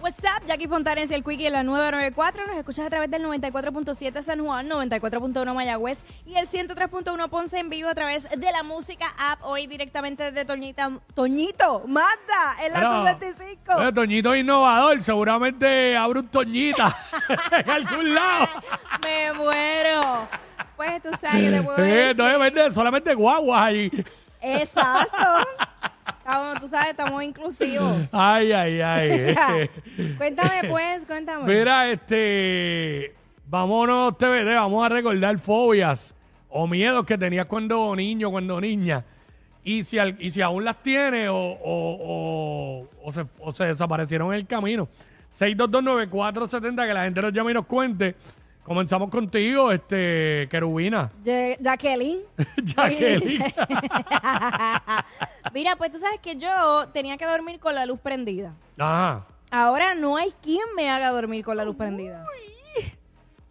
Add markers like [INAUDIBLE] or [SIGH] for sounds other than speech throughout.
What's up, Jackie Fontanes, el Quickie en la 994. Nos escuchas a través del 94.7 San Juan, 94.1 Mayagüez y el 103.1 Ponce en vivo a través de la música app. Hoy directamente de Toñita, Toñito, Manda, en Bueno, Eh. la 65. bueno, Toñito es innovador, seguramente abre un Toñita [LAUGHS] en algún lado. Me muero. Pues tú sabes que te puedo Eh, decir. no se vende solamente guaguas allí. Exacto. Estamos, tú sabes, estamos inclusivos. [LAUGHS] Ay, [LAUGHS] ay, ay. cuéntame pues, cuéntame. Mira, este. Vámonos, TVT, vamos a recordar fobias o miedos que tenías cuando niño, cuando niña. Y si, al- y si aún las tienes o, o- o- o se, o se desaparecieron en el camino. 6229470, que la gente nos llame y nos cuente. Comenzamos contigo, este, Querubina. Ja- Jacqueline. [LAUGHS] Jacqueline. [LAUGHS] Mira, pues tú sabes que yo tenía que dormir con la luz prendida. Ajá. Ahora no hay quien me haga dormir con la luz prendida.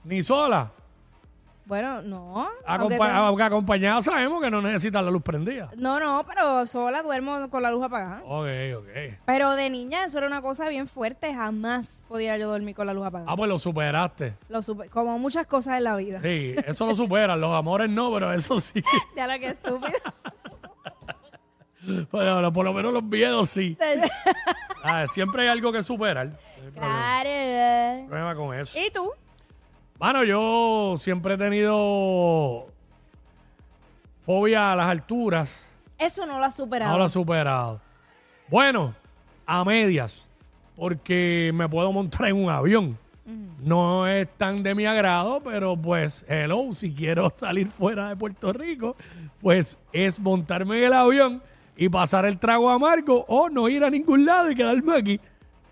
Ni sola. Bueno, no. aunque Acompa- sea- aunque acompañada sabemos que no necesita la luz prendida. No, no, pero sola duermo con la luz apagada. Ok, ok. Pero de niña eso era una cosa bien fuerte. Jamás podía yo dormir con la luz apagada. Ah, pues lo superaste. Lo supe- como muchas cosas en la vida. Sí, eso lo superas. Los amores no, pero eso sí. [LAUGHS] Ya lo que estúpido. Pero lo- por lo menos los miedos sí. Ah, siempre hay algo que superar. No hay problema, claro. problema con eso. ¿Y tú? Bueno, yo siempre he tenido fobia a las alturas. Eso no lo has superado. No lo he superado. Bueno, a medias, porque me puedo montar en un avión. No es tan de mi agrado, pero pues, hello, si quiero [LAUGHS] salir fuera de Puerto Rico, pues es montarme en el avión y pasar el trago amargo o no ir a ningún lado y quedarme aquí.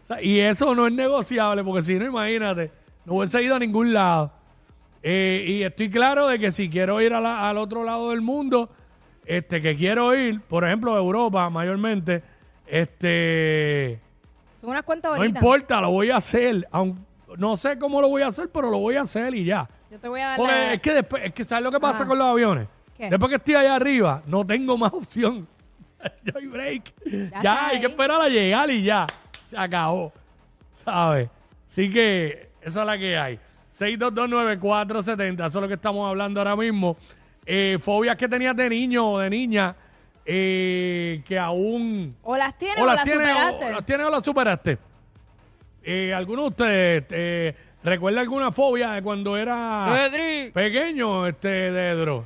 O sea, y eso no es negociable, porque si no, imagínate, no hubiese ido a ningún lado. Eh, y estoy claro de que si quiero ir a la- al otro lado del mundo, este, que quiero ir, por ejemplo, a Europa mayormente, este, Son unas cuantas no horitas. importa, lo voy a hacer. aun- no sé cómo lo voy a hacer, pero lo voy a hacer y ya. Yo te voy a dar Porque la- es que después, es que ¿sabes lo que pasa Ah. con los aviones? ¿Qué? Después que estoy allá arriba, no tengo más opción. [LAUGHS] ya hay break. Ya, está hay que ahí. esperar a llegar y ya. Se acabó. ¿Sabes? Así que esa es la que hay. 6229470, eso es lo que estamos hablando ahora mismo. Eh, fobias que tenías de niño o de niña eh, que aún... O las tienes o, O las las tienes superaste. o, las tienes o las superaste. Eh, ¿Alguno de ustedes eh, recuerda alguna fobia de cuando era pequeño, este Dedro?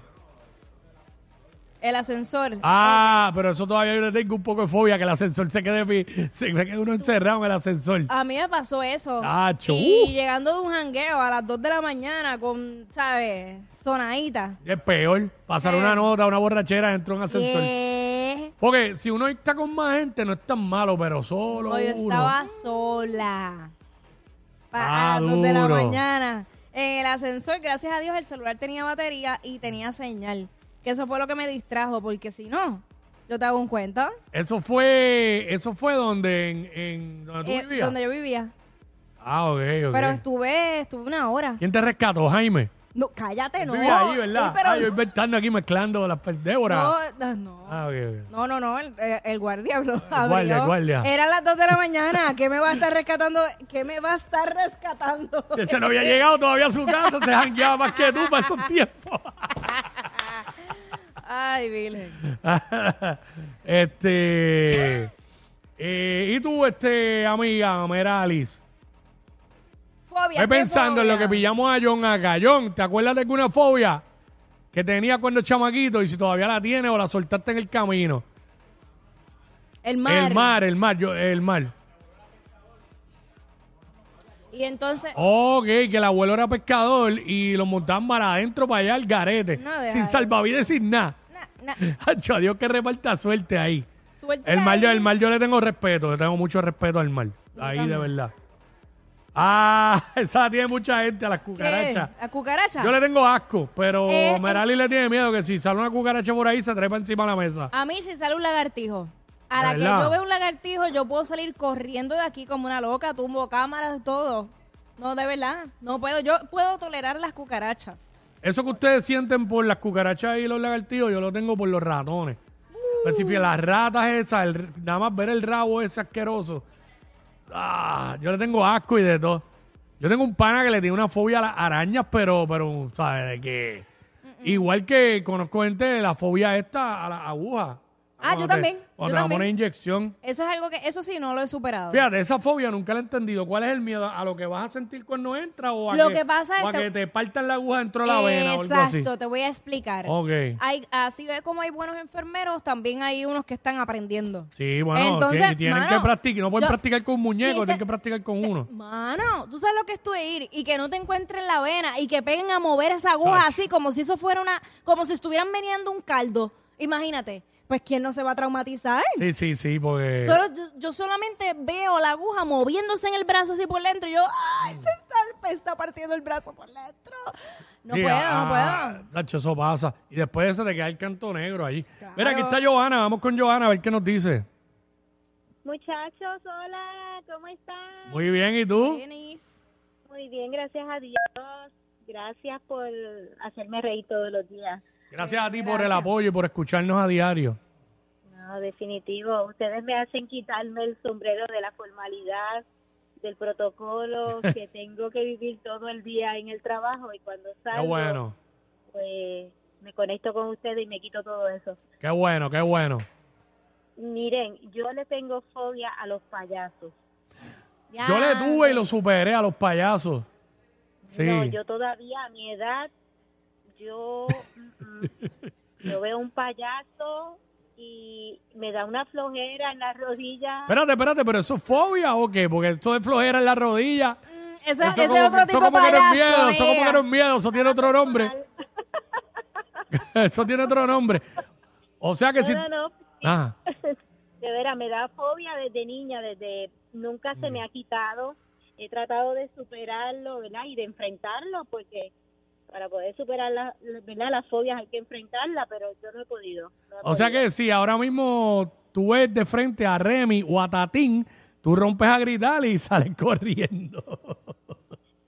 El ascensor. Ah, pero eso todavía yo le tengo un poco de fobia, que el ascensor se quede, pi- se se quede uno encerrado en el ascensor. A mí me pasó eso. Chacho, Y uh. llegando de un jangueo a las 2 de la mañana con, ¿sabes? Sonadita. Es peor pasar Sí. una nota, una borrachera dentro de un ascensor. ¿Qué? Porque si uno está con más gente, no es tan malo, pero solo No, yo uno. estaba sola. Pa- Ah, a las 2 de la duro. mañana. En el ascensor, gracias a Dios, el celular tenía batería y tenía señal. Que eso fue lo que me distrajo, porque si no, yo te hago un cuento. Eso fue, eso fue donde, en, en- donde tú Eh, vivías. donde yo vivía. Ah, ok, ok. Pero estuve, estuve una hora. ¿Quién te rescató, Jaime? No, cállate, no. Vive ahí, ¿verdad? Sí, pero ah, yo inventando aquí mezclando las per- Débora. no, no. Ah, ok, ok. No, no, no, el, eh, el guardia habló. guardia, el abrió. guardia. Era las 2 de la mañana. ¿Qué me va a estar rescatando? ¿Qué me va a estar rescatando? Si ese no había llegado todavía a su casa, se jangueaba más que tú para esos tiempos. [LAUGHS] Ay, Virgen. este. eh, y tú, este, amiga Meralis. Fobia. Estoy ¿qué pensando en lo fobia? que pillamos a John acá. John, ¿te acuerdas de alguna fobia que tenía cuando chamaquito y si todavía la tienes o la soltaste en el camino? El mar. El mar, el mar, yo, el mar. Y entonces, Ok, que el abuelo era pescador y lo montaban para adentro, para allá, al garete. No, deja sin eso. salvavidas, sin nada. [LAUGHS] na- na, Hacho, a Dios que reparta suerte ahí. suelta El mar, yo, ahí. el mar yo le tengo respeto, le tengo mucho respeto al mar. Ahí, de también. verdad. Ah, [LAUGHS] esa tiene mucha gente a las ¿Qué? cucarachas. ¿La cucaracha? Yo le tengo asco, pero Eh, Merali le tiene miedo que si sale una cucaracha por ahí se trepa encima de la mesa. A mí si sale un lagartijo. A la que ¿Verdad? yo veo un lagartijo, yo puedo salir corriendo de aquí como una loca, tumbo cámaras, todo. No, de verdad. No puedo. Yo puedo tolerar las cucarachas. Eso que ustedes sienten por las cucarachas y los lagartijos, yo lo tengo por los ratones. Pero si fíjate, las ratas esas, el- nada más ver el rabo ese asqueroso. Ah, yo le tengo asco y de todo. Yo tengo un pana que le tiene una fobia a las arañas, pero, pero, ¿sabes? De que. Igual que conozco gente de la fobia esta a las agujas. Ah, yo Cuando te- también, yo Cuando te van a también. poner inyección. Eso es algo que, eso sí, no lo he superado. Fíjate, esa fobia nunca la he entendido. ¿Cuál es el miedo? ¿A lo que vas a sentir cuando entra o a, Lo que, que pasa o es a que- Eh, que te partan la aguja dentro de la vena o algo así? Exacto, te voy a explicar. Ok. Hay, así es como hay buenos enfermeros, también hay unos que están aprendiendo. Sí, bueno, Entonces, tienen, tienen mano, que practicar. No pueden yo- practicar con un muñeco, Sí, te- tienen que practicar con uno. Mano, tú sabes lo que es tú ir y que no te encuentren la vena y que peguen a mover esa aguja Chacho. así como si eso fuera una, como si estuvieran meneando un caldo. Imagínate, pues quién no se va a traumatizar. Sí, sí, sí, porque. Solo- yo, yo solamente veo la aguja moviéndose en el brazo así por dentro y yo, ay, se está, me está partiendo el brazo por dentro. No Sí, puedo, ah, no puedo. tacho, eso pasa. Y después se te queda el canto negro ahí. Mira, aquí Claro. está Johanna. Vamos con Johanna a ver qué nos dice. Muchachos, hola, ¿cómo están? Muy, Muy bien, ¿y tú? Tenis. bien, gracias a Dios. Gracias por hacerme reír todos los días. Gracias a ti por el apoyo y por escucharnos a diario. No, definitivo. Ustedes me hacen quitarme el sombrero de la formalidad, del protocolo, que tengo que vivir todo el día en el trabajo y cuando Qué salgo, bueno, pues me conecto con ustedes y me quito todo eso. qué bueno, qué bueno. Miren, yo le tengo fobia a los payasos. Yo le tuve y lo superé a los payasos. Sí. No, yo todavía a mi edad, yo, mm, mm, yo veo un payaso y me da una flojera en las rodillas. Espérate, espérate, pero eso es fobia o qué? Porque esto de flojera en la rodilla. Mm, Ese, Eso ese como, otro eso tipo como que no es payaso, miedo, eso como nena. que no es miedo, eso tiene otro nombre. [LAUGHS] Eso tiene otro nombre. O sea que si. Ah, No, no, [LAUGHS] no, Ajá. de veras, me da fobia desde niña, desde nunca se me ha quitado. He tratado de superarlo, ¿verdad? Y de enfrentarlo, porque para poder superar la, la- ¿verdad? las fobias hay que enfrentarla, pero yo no he podido. no he O sea podido. que si ahora mismo tú ves de frente a Remy o a Tatín, tú rompes a gritar y [LAUGHS] sales corriendo.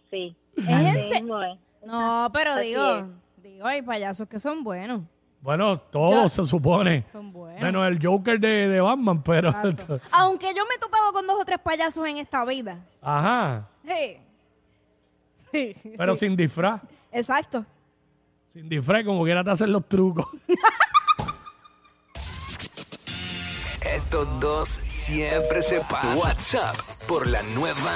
Sí. en así se- mismo es. No, pero Así digo, digo, hay payasos que son buenos. Bueno, todo se supone. Son buenos. Menos el Joker de, de Batman, pero. Aunque yo me he topado con dos o tres payasos en esta vida. [LAUGHS] Ajá. Sí. Sí. Pero sin disfraz. Exacto. Sin disfraz, como quiera te hacen los trucos. Estos dos siempre se pasan. WhatsApp por la nueva